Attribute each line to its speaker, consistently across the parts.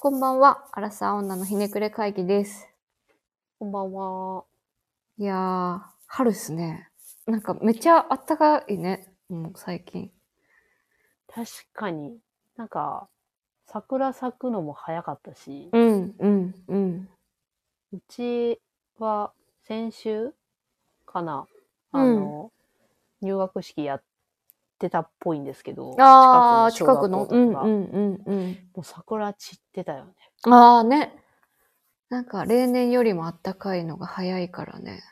Speaker 1: こんばんは。アラサー女のひねくれ会議です。
Speaker 2: こんばんは。
Speaker 1: いやー、春っすね。なんかめっちゃあったかいね。もう最近。
Speaker 2: 確かに、なんか、桜咲くのも早かったし、
Speaker 1: うん、うん、うん。
Speaker 2: うちは先週かな、あの、入学式やってたっぽいんですけど、
Speaker 1: あー、近
Speaker 2: 近
Speaker 1: く
Speaker 2: くの
Speaker 1: の。
Speaker 2: 小
Speaker 1: う
Speaker 2: 学校
Speaker 1: ん、
Speaker 2: と
Speaker 1: う
Speaker 2: か
Speaker 1: ん、うん、うん。
Speaker 2: もう桜散ってたよね。
Speaker 1: あーね。なんか例年よりもあったかいのが早いからね。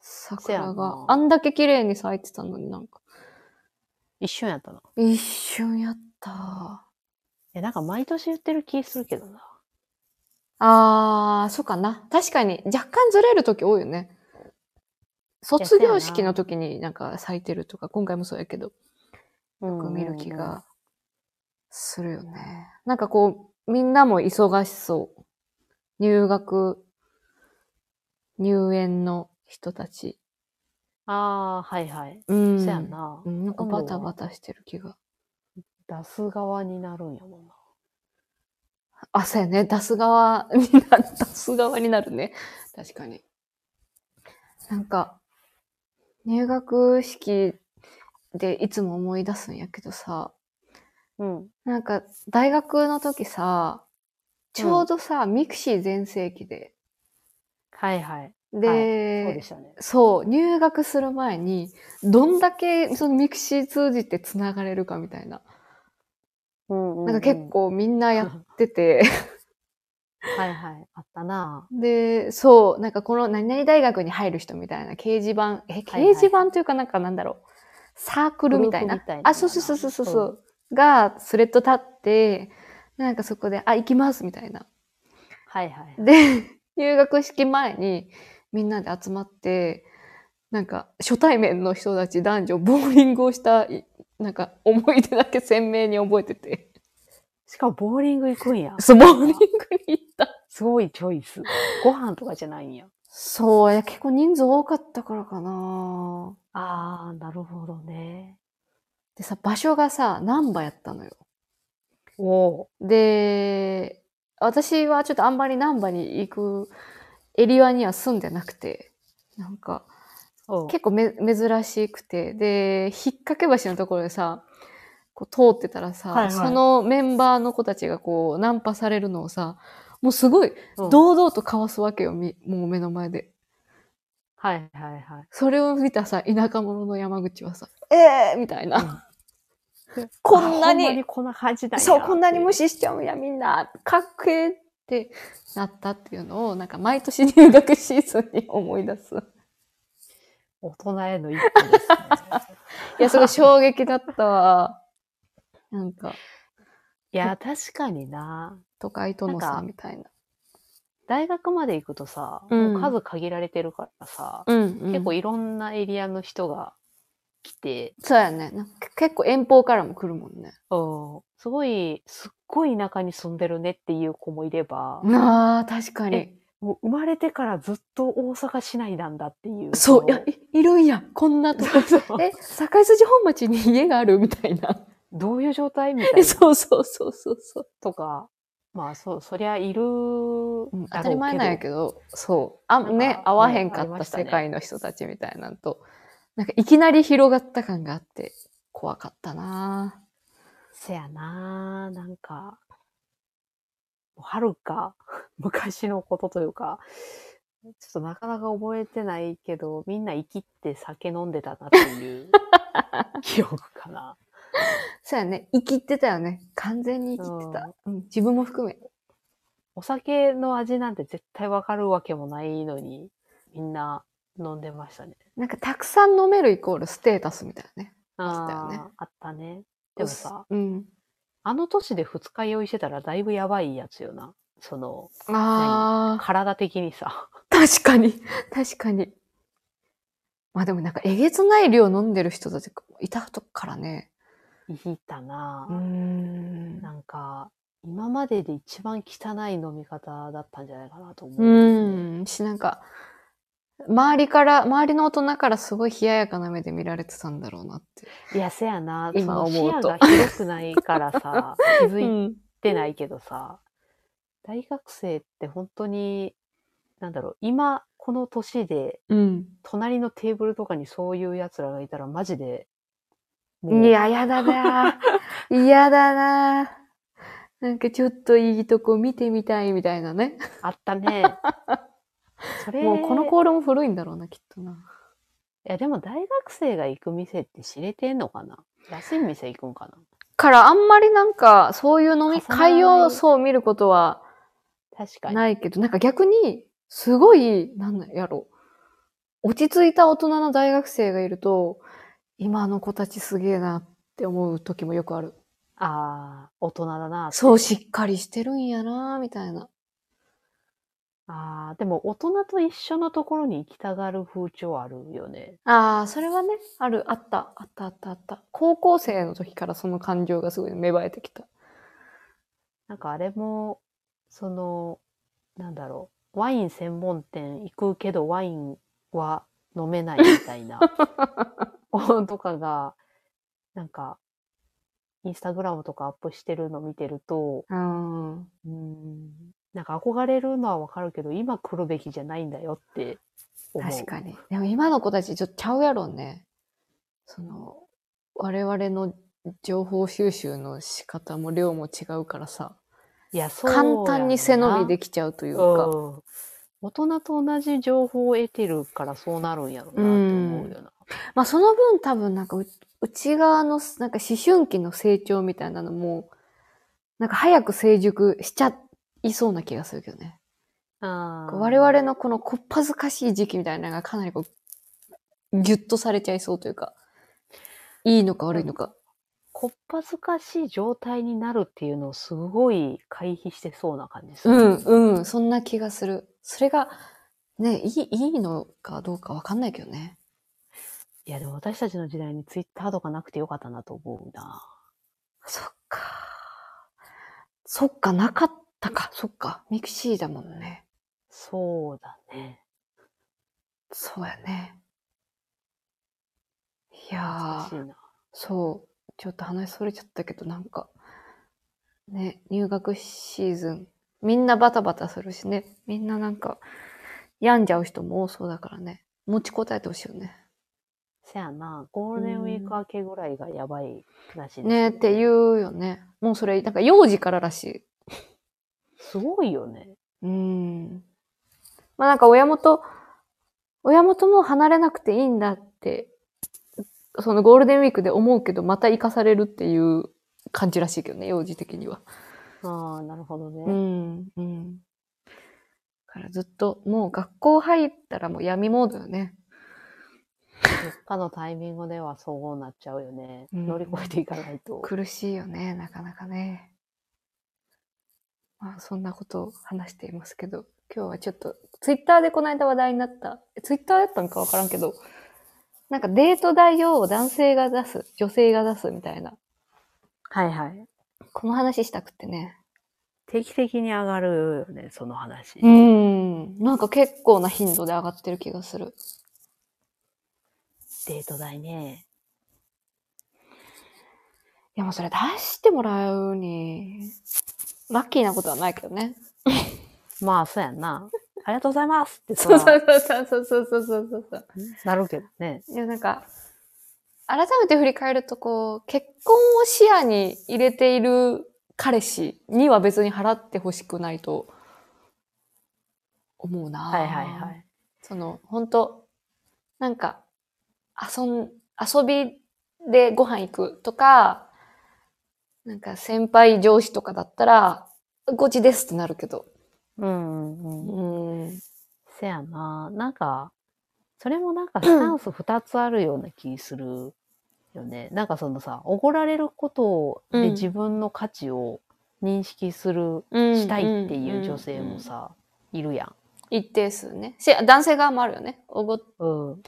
Speaker 1: 桜
Speaker 2: せや
Speaker 1: が
Speaker 2: な
Speaker 1: あんだけ綺麗に咲いてたのになんか。
Speaker 2: 一瞬やったな。
Speaker 1: 一瞬やった。
Speaker 2: え、なんか毎年言ってる気するけどな。
Speaker 1: あー、そうかな。確かに、若干ずれる時多いよね。卒業式の時になんか咲いてるとか、今回もそうやけど、
Speaker 2: よ
Speaker 1: よく見る気がするよね。なんかこう、みんなも忙しそう。入学、入園の人たち。
Speaker 2: ああ、はいはい。
Speaker 1: うん。
Speaker 2: そやな
Speaker 1: う。ん、なんか
Speaker 2: 多分
Speaker 1: バタバタしてる気が。
Speaker 2: 出す側になるんやもんな。
Speaker 1: あ、そうやね。出す側になる、出す側になるね。確かに。なんか、入学式でいつも思い出すんやけどさ、
Speaker 2: うん。
Speaker 1: なんか大学の時さ、ちょうどさ、ミクシー全盛期で、
Speaker 2: はいはい。
Speaker 1: で、
Speaker 2: そうでしたね。
Speaker 1: そう、入学する前に、どんだけそのミクシー通じて繋がれるかみたいな。
Speaker 2: うんう
Speaker 1: なんか結構みんなやってて、
Speaker 2: はいはい。あったな
Speaker 1: で、そう、なんかこの何々大学に入る人みたいな掲示板、え、掲示板というかなんかなんだろう、サークルみたいな。
Speaker 2: グループみたいなのかな
Speaker 1: あ、そうそうそうそうそう
Speaker 2: そ
Speaker 1: が、スレッド立って、なんかそこで、あ、行きますみたいな。
Speaker 2: はいはい。
Speaker 1: で、 入学式前にみんなで集まって、なんか初対面の人たち男女ボーリングをしたい、なんか思い出だけ鮮明に覚えてて、
Speaker 2: しかもボーリング行くんや。
Speaker 1: そう、ボーリングに行った。
Speaker 2: すごいチョイ ス。ご飯とかじゃないんや。
Speaker 1: そう、いや結構人数多かったからかな
Speaker 2: あー、なるほどね。
Speaker 1: でさ、場所がさ、難波やったのよ。
Speaker 2: お
Speaker 1: で、私はちょっとあんまり難波に行くエリアには住んでなくて、なんか
Speaker 2: お
Speaker 1: 結構め珍しくて、で、引っ掛け橋のところでさ、こう通ってたらさ、
Speaker 2: はいはい
Speaker 1: そのメンバーの子たちがこうナンパされるのをさ、もうすごい
Speaker 2: 構う
Speaker 1: 堂々とかわすわけよ、みもう目の前で。
Speaker 2: はいはいはい。
Speaker 1: それを見たさ、田舎者の山口はさ、ええー、みたいな。 こんなに
Speaker 2: あほんまにこんな感じだ
Speaker 1: そう、こんなに無
Speaker 2: 視。
Speaker 1: 視しちゃうんや、みんな。かっけえってなったっていうのを、なんか毎年入学シーズンに思い出す。
Speaker 2: 大人への一歩です、ね。
Speaker 1: いや、すごい衝撃だったわ。なんか、
Speaker 2: いや、確かにな。
Speaker 1: 都会との
Speaker 2: な
Speaker 1: 差
Speaker 2: んか
Speaker 1: みたいな。
Speaker 2: 大学まで行くとさ、
Speaker 1: うん
Speaker 2: もう数限られてるからさ、
Speaker 1: うん、
Speaker 2: 結構
Speaker 1: いい。
Speaker 2: いろんなエリアの人が来て、
Speaker 1: そうやね。なんか結構遠方からも来るもんね。
Speaker 2: うんすごい、すっごい田舎に住んでるねっていう子もいれば、
Speaker 1: なあ、確かに
Speaker 2: え。もう生まれてからずっと大阪市内なんだっていう。
Speaker 1: そう、い
Speaker 2: の
Speaker 1: や、いいるんや。こんなとこ。
Speaker 2: そうそ う
Speaker 1: え、堺筋本町に家があるみたいな。
Speaker 2: どういう状態みたい
Speaker 1: え、
Speaker 2: な
Speaker 1: そうそうそうそうそう。
Speaker 2: とか、まあそう、そりゃいるだろうけど、
Speaker 1: 当たり前なんやけど、そう。あ、
Speaker 2: なんか
Speaker 1: ね
Speaker 2: ね、
Speaker 1: 合わへんか
Speaker 2: あり
Speaker 1: っ
Speaker 2: ま
Speaker 1: た
Speaker 2: したね
Speaker 1: 世界の人たちみたいなんと、なんかいきなり広がった感があって、怖かったな
Speaker 2: せやなぁ、なんか、はるか 昔のことというか、ちょっとなかなか覚えてないけど、みんな生きって酒飲んでたなっていう記憶かな。
Speaker 1: そうやね、生きてたよね。完全に生きてた。うん、自分も含め。
Speaker 2: お酒の味なんて絶対わかるわけもないのに、みんな飲んでましたね。
Speaker 1: なんかたくさん飲めるイコールステータスみたいなね。
Speaker 2: あ
Speaker 1: あったよね
Speaker 2: ーあったね。でもさ、
Speaker 1: うん。
Speaker 2: あの年で二日酔いしてたらだいぶやばいやつよな。その、
Speaker 1: ああ、
Speaker 2: 体的 にさ。
Speaker 1: 確かに。確かに。まあでもなんかえげつない量飲んでる人たちいたとからね。
Speaker 2: いいたな
Speaker 1: うー
Speaker 2: ぁ、
Speaker 1: ん。
Speaker 2: なんか、今までで一番汚い飲み方だったんじゃないかなと思う
Speaker 1: うん
Speaker 2: ですね。
Speaker 1: ん、し、なんか、周りから、周りの大人からすごい冷ややかな目で見られてたんだろうなって。
Speaker 2: いや、せやな。そ
Speaker 1: 今
Speaker 2: の視
Speaker 1: 思う
Speaker 2: 野
Speaker 1: と
Speaker 2: が広くないからさ、気づい
Speaker 1: ん。
Speaker 2: てないけどさ、大学生って本当に、なんだろう、今、この年で、
Speaker 1: うん。
Speaker 2: 隣のテーブルとかにそういう奴らがいたら、マジで、もう
Speaker 1: いや、やだな。 嫌だな。なんかちょっといいとこ見てみたいみたいなね。
Speaker 2: あっ たね。それ、
Speaker 1: もうこのコールも古いんだろうな、きっとな。
Speaker 2: いや、でも大学生が行く店って知れてんのかな安い店行くんかな
Speaker 1: からあんまりなんか、そういう飲み会
Speaker 2: 重ならな
Speaker 1: を
Speaker 2: い
Speaker 1: そう見ることは
Speaker 2: 確かに。
Speaker 1: ないけど、なんか逆に、すごい、なんだやろう。落ち着いた大人の大学生がいると、今の子たちすげえなって思う時もよくある。
Speaker 2: ああ、大人だな。
Speaker 1: そう、しっかりしてるんやなみたいな。
Speaker 2: ああ、でも大人と一緒のところに行きたがる風潮あるよね。
Speaker 1: ああ、それはね、ある、あった、あった、あった、あった。高校生の時からその感情がすごい芽生えてきた。
Speaker 2: なんかあれも、その、なんだろう。ワイン専門店行くけどワインは飲めないみたい な。とかが、なんか、インスタグラムとかアップしてるの見てると、
Speaker 1: うん。
Speaker 2: うーんなんか憧れるのはわかるけど、今来るべきじゃないんだよって思う。
Speaker 1: 確かに。でも今の子たちちょっとちゃうやろうね。その、我々の情報収集の仕方も量も違うからさ、
Speaker 2: いや、そうや
Speaker 1: 簡
Speaker 2: ん
Speaker 1: 単に背伸びで
Speaker 2: き
Speaker 1: きちゃうとい
Speaker 2: る
Speaker 1: うか。
Speaker 2: 大人と同じ情報を得てるからそうなるんやろうなと思うよな。
Speaker 1: まあその分多分なんかう内側のなんか思春期の成長みたいなのも、なんか早く成熟しちゃいそうな気がするけどね。
Speaker 2: あー
Speaker 1: 我々のこのこっぱずかしい時期みたいなのがかなりこう、ギュッとされちゃいそうというか、いいのか悪いのか。
Speaker 2: こっぱずかしい状態になるっていうのをすごい回避してそうな感じす
Speaker 1: う
Speaker 2: る。
Speaker 1: ん、うん、そんな気がする。それが、ね、いい、いいのかどうかわかんないけどね。
Speaker 2: いや、でも私たちの時代にツイッターとかなくてよかったなと思うな。
Speaker 1: そっか。そっか、なかったか。そっか、ミクシーだもんね。
Speaker 2: そうだね。
Speaker 1: そうやね。いや
Speaker 2: 難しい
Speaker 1: ー、
Speaker 2: な。
Speaker 1: そう。ちょっと話それちゃったけど、なんか、ね、入学シーズン、みんなバタバタするしね、みんななんか、病んじゃう人も多そうだからね、持ちこたえてほしいよね。
Speaker 2: せやな、ゴールデンウィーク明けぐらいがやばいらしいです
Speaker 1: ねって
Speaker 2: う。
Speaker 1: いうよね。もうそれ、なんか幼児かららし
Speaker 2: すごいよね。
Speaker 1: い。うん。まあなんか親元、親元も離れなくていいんだって、そのゴールデンウィークで思うけど、また生かされるっていう感じらしいけどね、幼児的には。
Speaker 2: ああ、なるほどね。
Speaker 1: うん、うん。だからずっと、もう学校入ったらもう闇モードよね。
Speaker 2: どっかのタイミングではそうなっちゃうよね。
Speaker 1: うん
Speaker 2: 乗り越えていかないと。
Speaker 1: 苦しいよね、なかなかね。まあ、そんなことを話していますけど、今日はちょっと、ツイッターでこの間話題になった、ツイッターだったのかわからんけど、なんかデート代を男性が出す、女性が出すみたいな、
Speaker 2: はいはい。
Speaker 1: この話したくってね。
Speaker 2: 定期的に上がるよね、その話。
Speaker 1: うん、なんか結構な頻度で上がってる気がする。
Speaker 2: デート代ね。
Speaker 1: いや、もうそれ出してもらうに、ラッキーなことはないけどね。
Speaker 2: まあ、そうやんな。ありがとうございますって
Speaker 1: そうそ
Speaker 2: さ
Speaker 1: う、そうそうそうそうそうそうそう。
Speaker 2: なるけどね。
Speaker 1: いや、なんか、改めて振り返ると、こう、結婚を視野に入れている彼氏には別に払ってほしくないと思うな。
Speaker 2: はいはいは。い。
Speaker 1: その、本当なんか、遊ん、遊びでご飯行くとか、なんか先輩上司とかだったら、ごちですってなるけど。
Speaker 2: うんうんうん。
Speaker 1: うん。
Speaker 2: せやな。なんか、それもなんかスタンス2つあるような気するよね。なんかそのさ、おごられること
Speaker 1: うん
Speaker 2: で自分の価値を認識する、したいっていう女性もさ、いるやん。
Speaker 1: 一定数ね。し、男性側もあるよね。おごっ
Speaker 2: うん。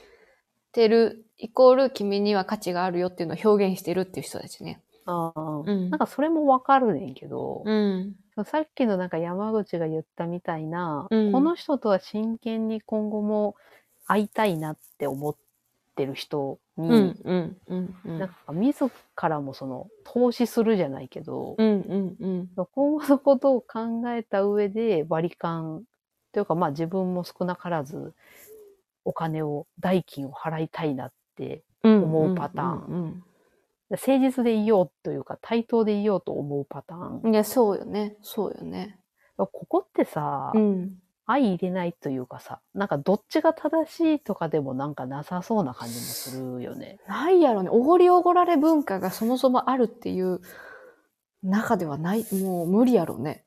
Speaker 1: てるイコール君には価値があるよっていうのを表現してるっていう人たちね。
Speaker 2: あ
Speaker 1: う
Speaker 2: ー
Speaker 1: ん
Speaker 2: なんかそれもわかるねんけど、
Speaker 1: うん。
Speaker 2: さっきのなんか山口が言ったみたいな、
Speaker 1: うん
Speaker 2: この人とは真剣に今後も会いたいなって思ってる人に、
Speaker 1: うんうんうんうん
Speaker 2: なんか自らもその投資するじゃないけど、
Speaker 1: うんうんうん
Speaker 2: 今後のことを考えた上で割り勘というかまあ自分も少なからずお金を代金を払いたいなって
Speaker 1: うん
Speaker 2: 思うパターン
Speaker 1: ン、
Speaker 2: 誠実でいようというか対等でいようと思うパターン
Speaker 1: いやそうよねそうよね
Speaker 2: ここってさ、
Speaker 1: うん
Speaker 2: 相入れないというかさなんかどっちが正しいとかでもなんかなさそうな感じもするよね。
Speaker 1: ないやろねおごりおごられ文化がそもそもあるっていう中ではないもう無理やろね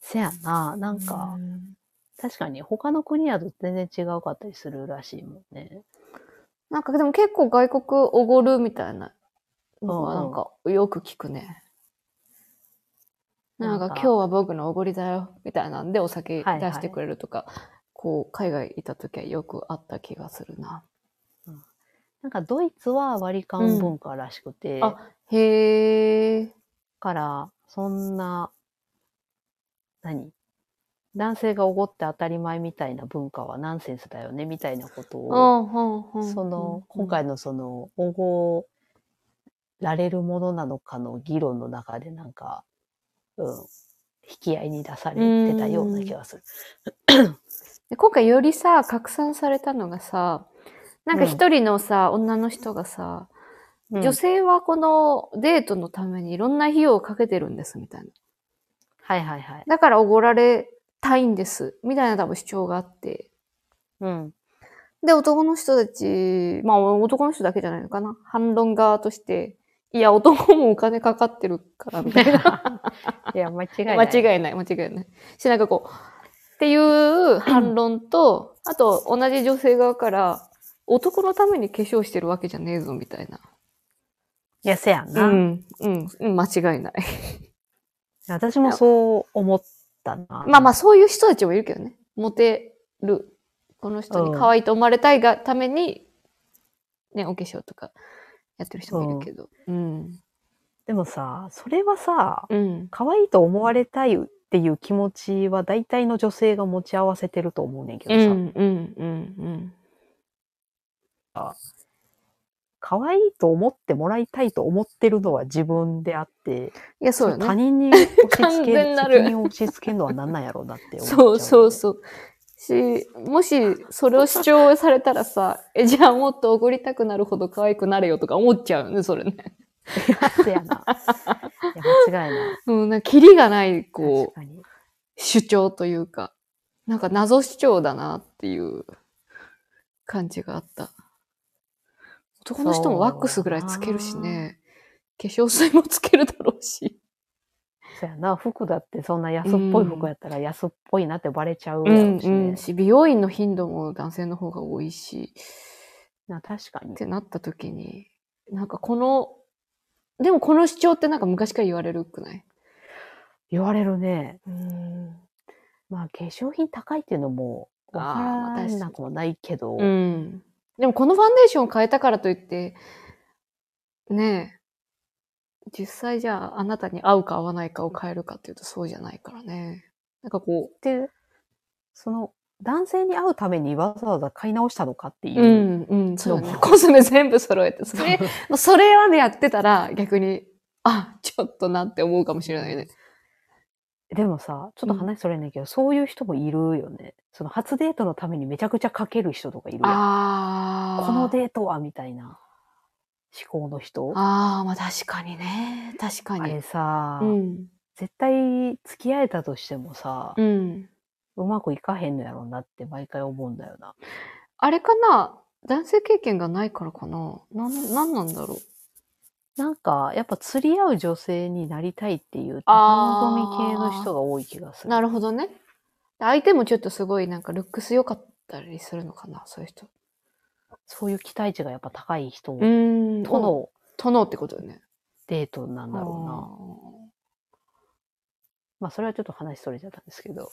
Speaker 2: せやななんか、確かに他の国やと全然違うかったりするらしいもんね。
Speaker 1: なんかでも結構外国おごるみたいなのは
Speaker 2: うんう
Speaker 1: なんんかよく聞くね。なん
Speaker 2: なん
Speaker 1: か
Speaker 2: か
Speaker 1: 今日は僕のおごりだよみたいなんでお酒
Speaker 2: はいは
Speaker 1: 出
Speaker 2: い
Speaker 1: してくれるとか、こう海外いた時はよくあった気がするな。
Speaker 2: なんかドイツは割り勘文化らしくて、
Speaker 1: んあへえ。
Speaker 2: から、そんな、何男性がおごって当たり前みたいな文化はナンセンスだよね、みたいなことを、その、今回
Speaker 1: の。
Speaker 2: のその、おごられるものなのかの議論の中でなんか、うん、引き合いに出されてたような気がする。
Speaker 1: で今回よりさ、拡散されたのがさ、なんか一人のさ、女の人がさ、
Speaker 2: うん
Speaker 1: 女性はこのデートのためにいろんな費用をかけてるんですみたいな。
Speaker 2: はいはいはい。
Speaker 1: だからおごられたいんです。みたいな多分主張があって。
Speaker 2: うん。
Speaker 1: で、男の人たち、まあ男の人だけじゃないのかな。反論側として、いや、男もお金かかってるから、 みたいな。
Speaker 2: いや、間違いない。
Speaker 1: 間違いない、間違いない。し、なんかこう、っていう反論と、あと同じ女性側から、男のために化粧してるわけじゃねえぞ、みたいな。
Speaker 2: いや、せやん
Speaker 1: う
Speaker 2: な。
Speaker 1: ん、うん、うん間違いない。
Speaker 2: 私もそう思ったな。
Speaker 1: まあまあそういう人たちもいるけどね。モテる。この人に可愛いと思われたいがために、ね、お化粧とかやってる人もいるけど。うん。
Speaker 2: でもさ、それはさ、
Speaker 1: うん。
Speaker 2: 可愛いと思われたいっていう気持ちは大体の女性が持ち合わせてると思うねんけど
Speaker 1: うん、う
Speaker 2: さ、
Speaker 1: ん、うん、
Speaker 2: 可愛いと思ってもらいたいと思ってるのは自分であって、
Speaker 1: いや、そうよ
Speaker 2: その他
Speaker 1: ね。
Speaker 2: 人に押し付
Speaker 1: 完
Speaker 2: け
Speaker 1: 全
Speaker 2: る、
Speaker 1: なる
Speaker 2: 責任を押し付けるのは何なんやろうなって思っちゃう
Speaker 1: そうそう
Speaker 2: う。
Speaker 1: そう。し、もし、それを主張されたらさ、え、じゃあもっと怒りたくなるほど可愛くなれよとか思っちゃうよね、それね。
Speaker 2: いやせやな。いや間違いない。
Speaker 1: うん、なんか、キリがない、こ
Speaker 2: 確かに。
Speaker 1: う、主張というか、なんか謎主張だなっていう感じがあった。男の人もワックスぐらいつけるしね、化粧水もつけるだろうし。
Speaker 2: そやな。服だってそんな安っぽい服やったら安っぽいなってバレちゃうや
Speaker 1: う
Speaker 2: ろ
Speaker 1: ん
Speaker 2: うし
Speaker 1: う
Speaker 2: ね。
Speaker 1: ん。し、美容院の頻度も男性の方が多いし。
Speaker 2: な確かに
Speaker 1: っ。てなった時に、なんかこの、でもこの主張ってなんか昔から言われるくない
Speaker 2: 言われるね。
Speaker 1: うん。
Speaker 2: まあ化粧品高いっていうのも、わか
Speaker 1: あーまあ
Speaker 2: ら
Speaker 1: 確かに
Speaker 2: なくもないけど、
Speaker 1: うん。でもこのファンデーションを変えたからといって、ねえ、実際じゃああなたに合うか合わないかを変えるかっていうとそうじゃないからね。なんかこ、
Speaker 2: で、その、男性に会うためにわざわざ買い直したのかっていう
Speaker 1: う
Speaker 2: う。
Speaker 1: ん、うん、そうだ
Speaker 2: どう
Speaker 1: ね
Speaker 2: も。
Speaker 1: コスメ全部揃えて、そ
Speaker 2: そ
Speaker 1: れ、それはね、やってたら逆に、あ、ちょっとなって思うかもしれないね。
Speaker 2: でもさ、ちょっと話それんだけど、そういう人もいるよね。その初デートのためにめちゃくちゃかける人とかいるやん
Speaker 1: あ
Speaker 2: このデートはみたいな思考の人。
Speaker 1: あ
Speaker 2: あ
Speaker 1: あ、まあ確かにね。確かに
Speaker 2: れ。さ、
Speaker 1: うん。
Speaker 2: 絶対付き合えたとしてもさ、
Speaker 1: うん。
Speaker 2: うまくいかへんのやろうなって毎回思うんだよな。
Speaker 1: あれかな男性経験がないからかななん、なんなんだろう。
Speaker 2: なんか、やっぱ釣り合う女性になりたいっていう、高
Speaker 1: あー
Speaker 2: 望み系の人が多い気がする。
Speaker 1: なるほどね。相手もちょっとすごいなんかルックス良かったりするのかなそういう人。
Speaker 2: そういう期待値がやっぱ高い人
Speaker 1: うーん。
Speaker 2: との、
Speaker 1: 殿ってことよね。
Speaker 2: デートなんだろうな。まあ、それはちょっと話それちゃったんですけど。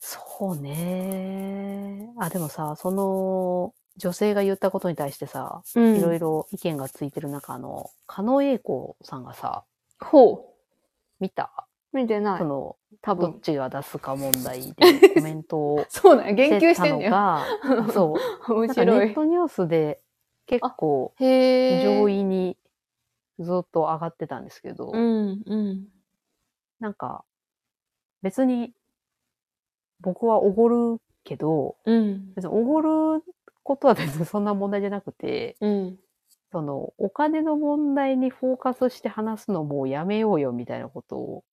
Speaker 2: そうね。あ、でもさ、その、女性が言ったことに対してさ、
Speaker 1: う
Speaker 2: いろい
Speaker 1: ろ。
Speaker 2: ろ意見がついてる中、あの、加納英子さんがさ、
Speaker 1: ほ
Speaker 2: 見た、
Speaker 1: う。見てない
Speaker 2: そ。の、
Speaker 1: 多
Speaker 2: どっ
Speaker 1: 分。
Speaker 2: ちが出すか問題でコメントを
Speaker 1: そうなんや。言及
Speaker 2: し
Speaker 1: してて
Speaker 2: た
Speaker 1: ん
Speaker 2: の
Speaker 1: ねよ。
Speaker 2: が、そう、
Speaker 1: 面
Speaker 2: なんかネ
Speaker 1: 白
Speaker 2: ッ
Speaker 1: い。
Speaker 2: トニュースで、結構
Speaker 1: へえ。
Speaker 2: 上位にずっと上がってたんですけど、
Speaker 1: うん、うん。
Speaker 2: なんか別に僕はおごるけど、
Speaker 1: うん。
Speaker 2: 別におごることは別にそんな問題じゃなくて、
Speaker 1: うん。
Speaker 2: そのお金の問題にフォーカスして話すのもうやめようよみたいなことを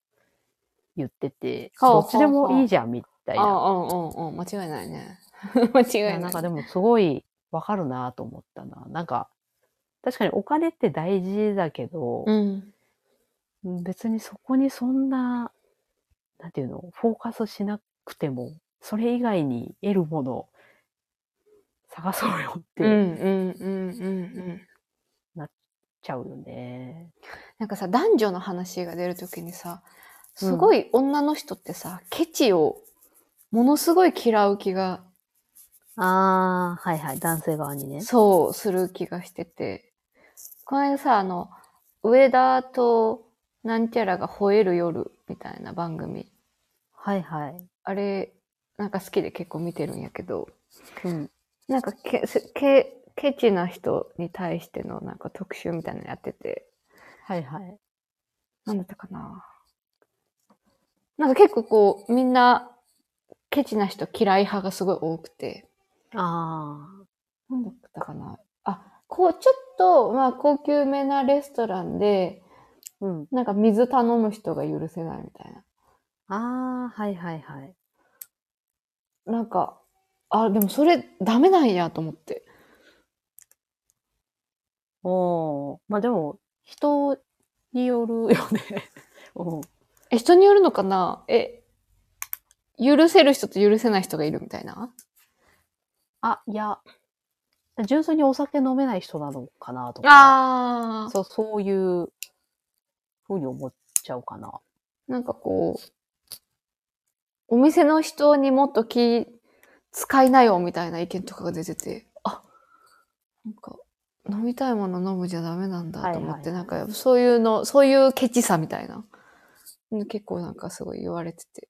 Speaker 2: 言ってて、
Speaker 1: はあ
Speaker 2: どっちでもいいじゃんみたい
Speaker 1: ああ、
Speaker 2: な。
Speaker 1: うん、うん、うん。間違いないね。 間違い
Speaker 2: い
Speaker 1: な
Speaker 2: や
Speaker 1: い。
Speaker 2: なんかでもすごいわかるなと思ったな。なんか、確かにお金って大事だけど、
Speaker 1: うん。
Speaker 2: 別にそこにそんな、なんていうの、フォーカスしなくても、それ以外に得るもの探そうよっ
Speaker 1: うん、う
Speaker 2: て
Speaker 1: ん、うん、うん、うん。
Speaker 2: ちゃうよね。
Speaker 1: なんかさ、男女の話が出るときにさ、すごい女の人ってさ、ケチをものすごい嫌う気が、
Speaker 2: ああ、はいはい、男性側にね
Speaker 1: そう、する気がしてて。この間さ、あの、上田となんちゃらが吠える夜みたいな番組。
Speaker 2: はいはい。
Speaker 1: あれ、なんか好きで結構見てるんやけど、
Speaker 2: うん。
Speaker 1: なんかけ、せけ、ケチな人に対してのなんか特集みたいなのやってて、
Speaker 2: はいはい。
Speaker 1: なんだったかな。なんか結構こう、みんな、ケチな人嫌い派がすごい多くて。
Speaker 2: あ
Speaker 1: なんだったかな。あ、こう、ちょっと、まあ、高級めなレストランで、
Speaker 2: あ、うん。
Speaker 1: なんか水頼む人が許せないみたい
Speaker 2: ああ、はいはいはい。
Speaker 1: な。なんか、あ、でもそれダメなんやと思って。
Speaker 2: おお、まあでも、人によるよね。 うん。
Speaker 1: え、人によるのかなえ、許せる人と許せない人がいるみたいな
Speaker 2: あ、いや、純粋にお酒飲めない人なのかなとか、
Speaker 1: あ
Speaker 2: そうそういうふうに思っちゃうかな。
Speaker 1: なんかこう、お店の人にもっと気使いなよみたいな意見とかが出てて、あ、なんか飲みたいもの飲むじゃダメなんだと思って、
Speaker 2: はいはい
Speaker 1: なんかそういうの、そういうケチさみたいな。結構なんかすごい言われてて、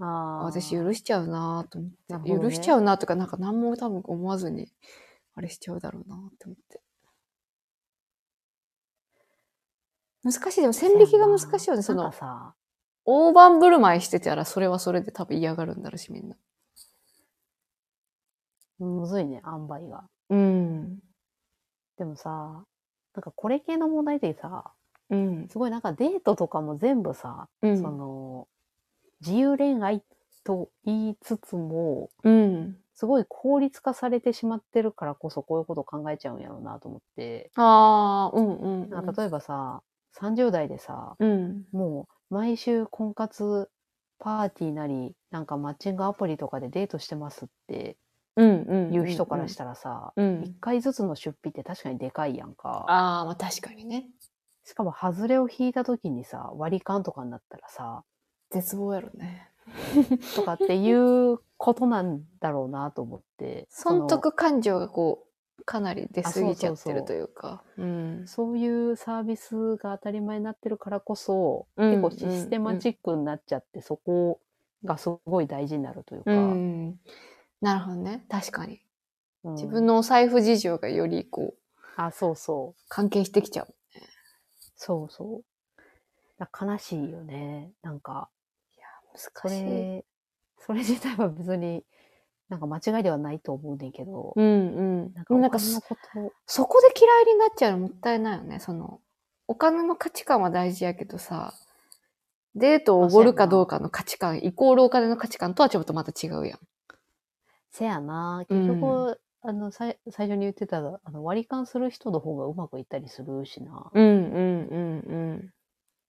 Speaker 1: あ
Speaker 2: あ
Speaker 1: 私許しちゃうなぁと思
Speaker 2: な
Speaker 1: っ
Speaker 2: るほ
Speaker 1: て、
Speaker 2: どね
Speaker 1: 許しちゃうなとか、なんか何も多分思わずに、あれしちゃうだろうなって思って。難しい。でも線引きが難しいよね。そ
Speaker 2: な
Speaker 1: の
Speaker 2: んか、さ、
Speaker 1: 大盤振る舞いしてたら、それはそれで多分嫌がるんだろうし、みんな。
Speaker 2: むずいね、塩梅が。
Speaker 1: うん。
Speaker 2: でもさ、なんかこれ系の問題でさ、
Speaker 1: うん。
Speaker 2: すごいなんかデートとかも全部さ、
Speaker 1: うん。
Speaker 2: その、自由恋愛と言いつつも、
Speaker 1: うん。
Speaker 2: すごい効率化されてしまってるからこそこういうこと考えちゃうんやろうなと思って、
Speaker 1: ああ、うんうん、
Speaker 2: なんか例えばさ、30代でさ、
Speaker 1: うん。
Speaker 2: もう毎週婚活パーティーなり、なんかマッチングアプリとかでデートしてますって
Speaker 1: うん。うん。
Speaker 2: いう人からしたらさ、
Speaker 1: う
Speaker 2: 一
Speaker 1: ん。
Speaker 2: 回ずつの出費って確かにでかいやんか。
Speaker 1: ああ、まあ確かにね。
Speaker 2: しかも、外れを引いた時にさ、割り勘とかになったらさ、
Speaker 1: 絶望やろね。
Speaker 2: とかっ ていうことなんだろうなと思って。
Speaker 1: 損
Speaker 2: その
Speaker 1: 得感情がこう、かなり出過ぎちゃって
Speaker 2: あそうそうそ
Speaker 1: る
Speaker 2: う
Speaker 1: というか。うん。
Speaker 2: そういうサービスが当たり前になってるからこそ、
Speaker 1: うん
Speaker 2: 結構システマチックになっちゃって、そこがすごい大事になるというか、
Speaker 1: うん。なるほどね。確かに。
Speaker 2: うん
Speaker 1: 自分のお財布事情がよりこう、
Speaker 2: あ、そうそう。
Speaker 1: 関係してきちゃう。
Speaker 2: そうそう。だ悲しいよね。なんか、そ
Speaker 1: 難しい。
Speaker 2: れ、それ自体は別に、なんか間違いではないと思うねんけど、
Speaker 1: うんうん。
Speaker 2: なんか、
Speaker 1: な
Speaker 2: なん
Speaker 1: か
Speaker 2: か
Speaker 1: そ
Speaker 2: のこと、
Speaker 1: そこで嫌いになっちゃうのもったいないよね。その、お金の価値観は大事やけどさ、デートをおごるかどうかの価値観、イコールお金の価値観とはちょっとまた違うやん。
Speaker 2: せやな、
Speaker 1: うん
Speaker 2: 結局、あの、さい最初に言ってた、あの割り勘する人の方がうまくいったりするしな。
Speaker 1: うんうんうんうん。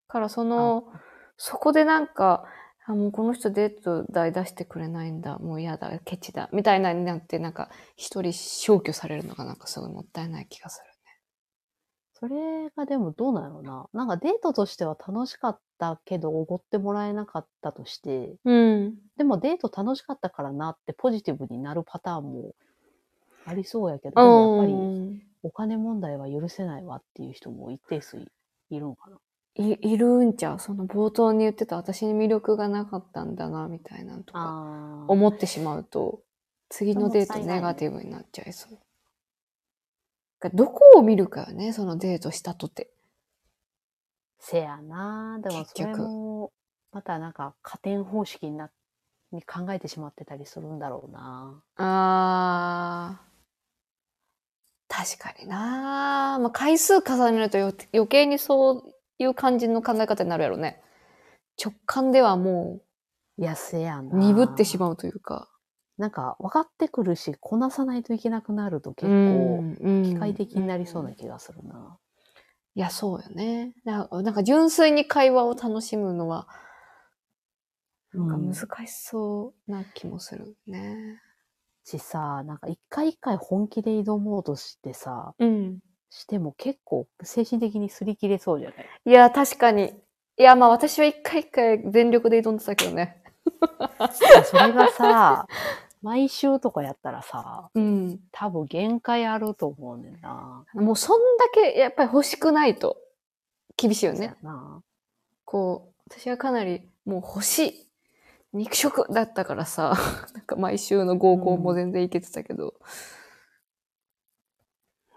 Speaker 1: からその、そこでなんか、あもうこの人デート代出してくれないんだ、もう嫌だ、ケチだ、みたいなになって、なんか一人消去されるのがなんかすごいもったいない気がする。
Speaker 2: それがでもどうなのな。なんかデートとしては楽しかったけど、おごってもらえなかったとして、
Speaker 1: うん。
Speaker 2: でもデート楽しかったからなってポジティブになるパターンもありそうやけど、でもやっぱり、お金問題は許せないわっていう人も一定数いるのかな。
Speaker 1: いいるんちゃうその冒頭に言ってた私に魅力がなかったんだなみたいなんとか
Speaker 2: あー
Speaker 1: 思ってしまうと次のデートネガティブになっちゃいそう。かどこを見るかよね、そのデートしたとて。
Speaker 2: せやなでも
Speaker 1: 結
Speaker 2: それ
Speaker 1: 局
Speaker 2: もまたなんか加点方式になに考えてしまってたりするんだろうな
Speaker 1: あー。確かになまあ、回数重ねるとよ余計にそういう感じの考え方になるやろね。直感ではも
Speaker 2: いやせや
Speaker 1: う
Speaker 2: な
Speaker 1: 鈍ってし
Speaker 2: う
Speaker 1: まうというか。
Speaker 2: なんか分かってくるしこなさないといけなくなると結構
Speaker 1: 構
Speaker 2: 機械的になりそうな気がするない
Speaker 1: や、そうよね。ななんか純粋に会話を楽しむのは、なんか難しそうな気もするね。
Speaker 2: しさなんか一回一回本気で挑もうとしてさ
Speaker 1: うん。
Speaker 2: しても結構精神的に擦り切れそうじゃない
Speaker 1: いや、確かに。いや、まあ私は一回一回全力で挑んでたけどね。
Speaker 2: それが さ毎週とかやったらさ
Speaker 1: うん。
Speaker 2: 多分限界あると思うねんな
Speaker 1: もうそんだけやっぱり欲しくないと厳しいよ
Speaker 2: そう
Speaker 1: ね
Speaker 2: や。な
Speaker 1: こう、私はかなりもう欲しい。肉食だったからさ、 なんか毎週の合コンも全然いけてたけど。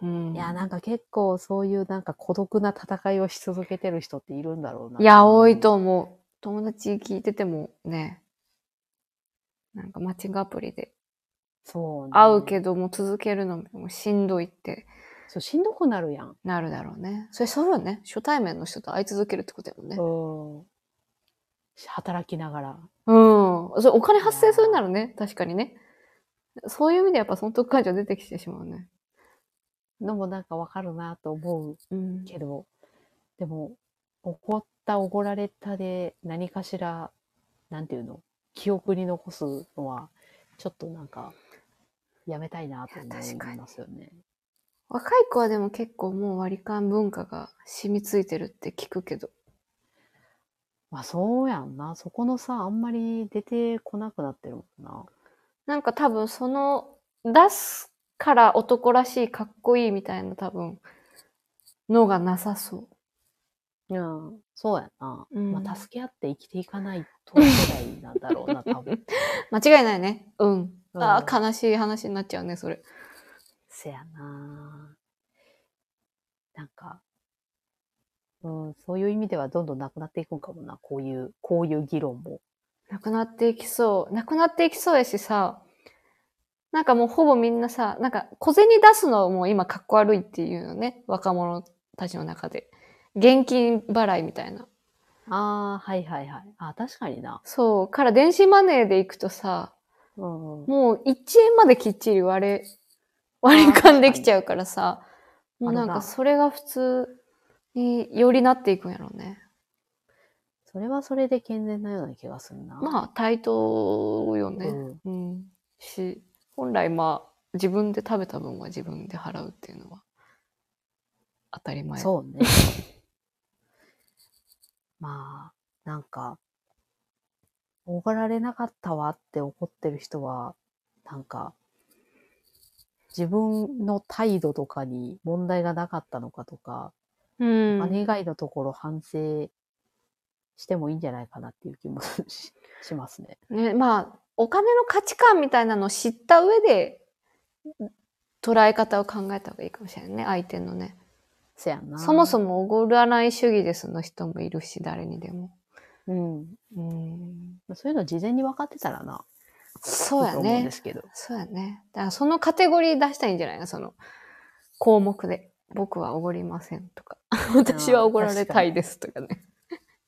Speaker 1: うん
Speaker 2: いや、なんか結構そういうなんか孤独な戦いをし続けてる人っているんだろうな。
Speaker 1: いや、多いと思う。友達聞いててもね、なんかマッチングアプリで
Speaker 2: そう、ね。
Speaker 1: 会うけども続けるのもしんどいって
Speaker 2: そう、しんどくなるやん。
Speaker 1: なるだろうね。それそれはね、初対面の人と会い続けるってことやもんね。
Speaker 2: うん。働きながら。
Speaker 1: うん。それお金発生するならね、確かにね。そういう意味でやっぱ損得感情出てきてしまうね。
Speaker 2: のもなんかわかるなと思う
Speaker 1: うん。
Speaker 2: けど、でも、怒った、怒られたで何かしら、なんていうの、記憶に残すのは、ちょっとなんか、やめたいなと思
Speaker 1: いや確か
Speaker 2: い
Speaker 1: に
Speaker 2: ますよね。
Speaker 1: 若い子はでも結構もう割り勘文化が染みついてるって聞くけど。
Speaker 2: まあそうやんな。そこのさ、あんまり出てこなくなってるもんな。
Speaker 1: なんか多分その出すから男らしいかっこいいみたいな多分のがなさそ
Speaker 2: うん、そうやな。
Speaker 1: うん
Speaker 2: まあ、助け合って生きていかないと世代なんだろうな、多分。
Speaker 1: う。間違いないね。うん。あ
Speaker 2: う
Speaker 1: あ、悲しい話になっちゃうね、それ。
Speaker 2: せやな。なんか、うん、そういう意味ではどんどんなくなっていくんかもな、こういう、こういう議論も。
Speaker 1: なくなっていきそう。なくなっていきそうやしさ、なんかもうほぼみんなさ、なんか小銭出すのも今かっこ悪いっていうのね。若者たちの中で。現金払いみたいな。
Speaker 2: ああ、はいはいはい。あ確かにな。
Speaker 1: そう。から電子マネーで行くとさ、
Speaker 2: うん、うん。
Speaker 1: もう1円まできっちり割れ、 割り勘できちゃうからさ、
Speaker 2: に
Speaker 1: もうなん
Speaker 2: あれ
Speaker 1: か
Speaker 2: だ
Speaker 1: それが普通によりなっていくんやろうね。
Speaker 2: それはそれで健全なような気がするな。
Speaker 1: まあ対等よ
Speaker 2: あ
Speaker 1: ね。うん。し、本来まあ自分で食べた分は自分で払うっていうのは当たり前。
Speaker 2: そ うね。まあ、なんか、怒られなかったわって怒ってる人は、なんか、自分の態度とかに問題がなかったのかとか、
Speaker 1: う。
Speaker 2: お
Speaker 1: ん。
Speaker 2: 金以外のところ反省してもいいんじゃないかなっていう気もし しますね。
Speaker 1: ね、まあお金の価値観みたいなのを知った上で捉え方を考えた方がいいかもしれないね、相手のね。
Speaker 2: せやな。
Speaker 1: そもそ
Speaker 2: も。
Speaker 1: もおごらない主義ですの人もいるし、誰にでも。
Speaker 2: うん。
Speaker 1: うん。
Speaker 2: そういうの事前に分かってたらな。
Speaker 1: そう
Speaker 2: いい
Speaker 1: や
Speaker 2: と思うん
Speaker 1: ね
Speaker 2: で。すけど。
Speaker 1: そうやね。だからそのカテゴリー出したらいいんじゃないのその項目で。僕はおごりませんとか。私はおごられたいですとかね。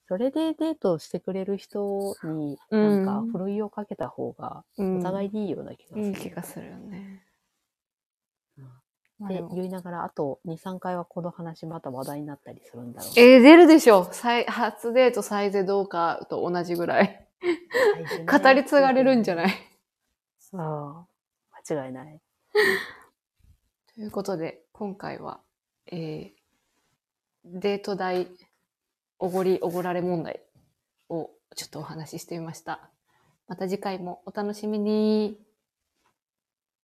Speaker 2: それでデートしてくれる人に、
Speaker 1: うん
Speaker 2: なんか、ふるいをかけた方が、
Speaker 1: うん
Speaker 2: お互いにいいような気がする。
Speaker 1: いい気がするよね。
Speaker 2: うん
Speaker 1: まあ
Speaker 2: で
Speaker 1: でも
Speaker 2: 言いながら、あと2、3回はこの話また話題になったりするんだろう。
Speaker 1: えー、出るでしょ最初デート最善どうかと同じぐらい。
Speaker 2: 大事ね
Speaker 1: 語り継がれるんじゃない
Speaker 2: ああ間違いない。
Speaker 1: ということで、今回は、えーデート代、おごり、おごられ問題をちょっとお話ししてみました。また次回もお楽しみに。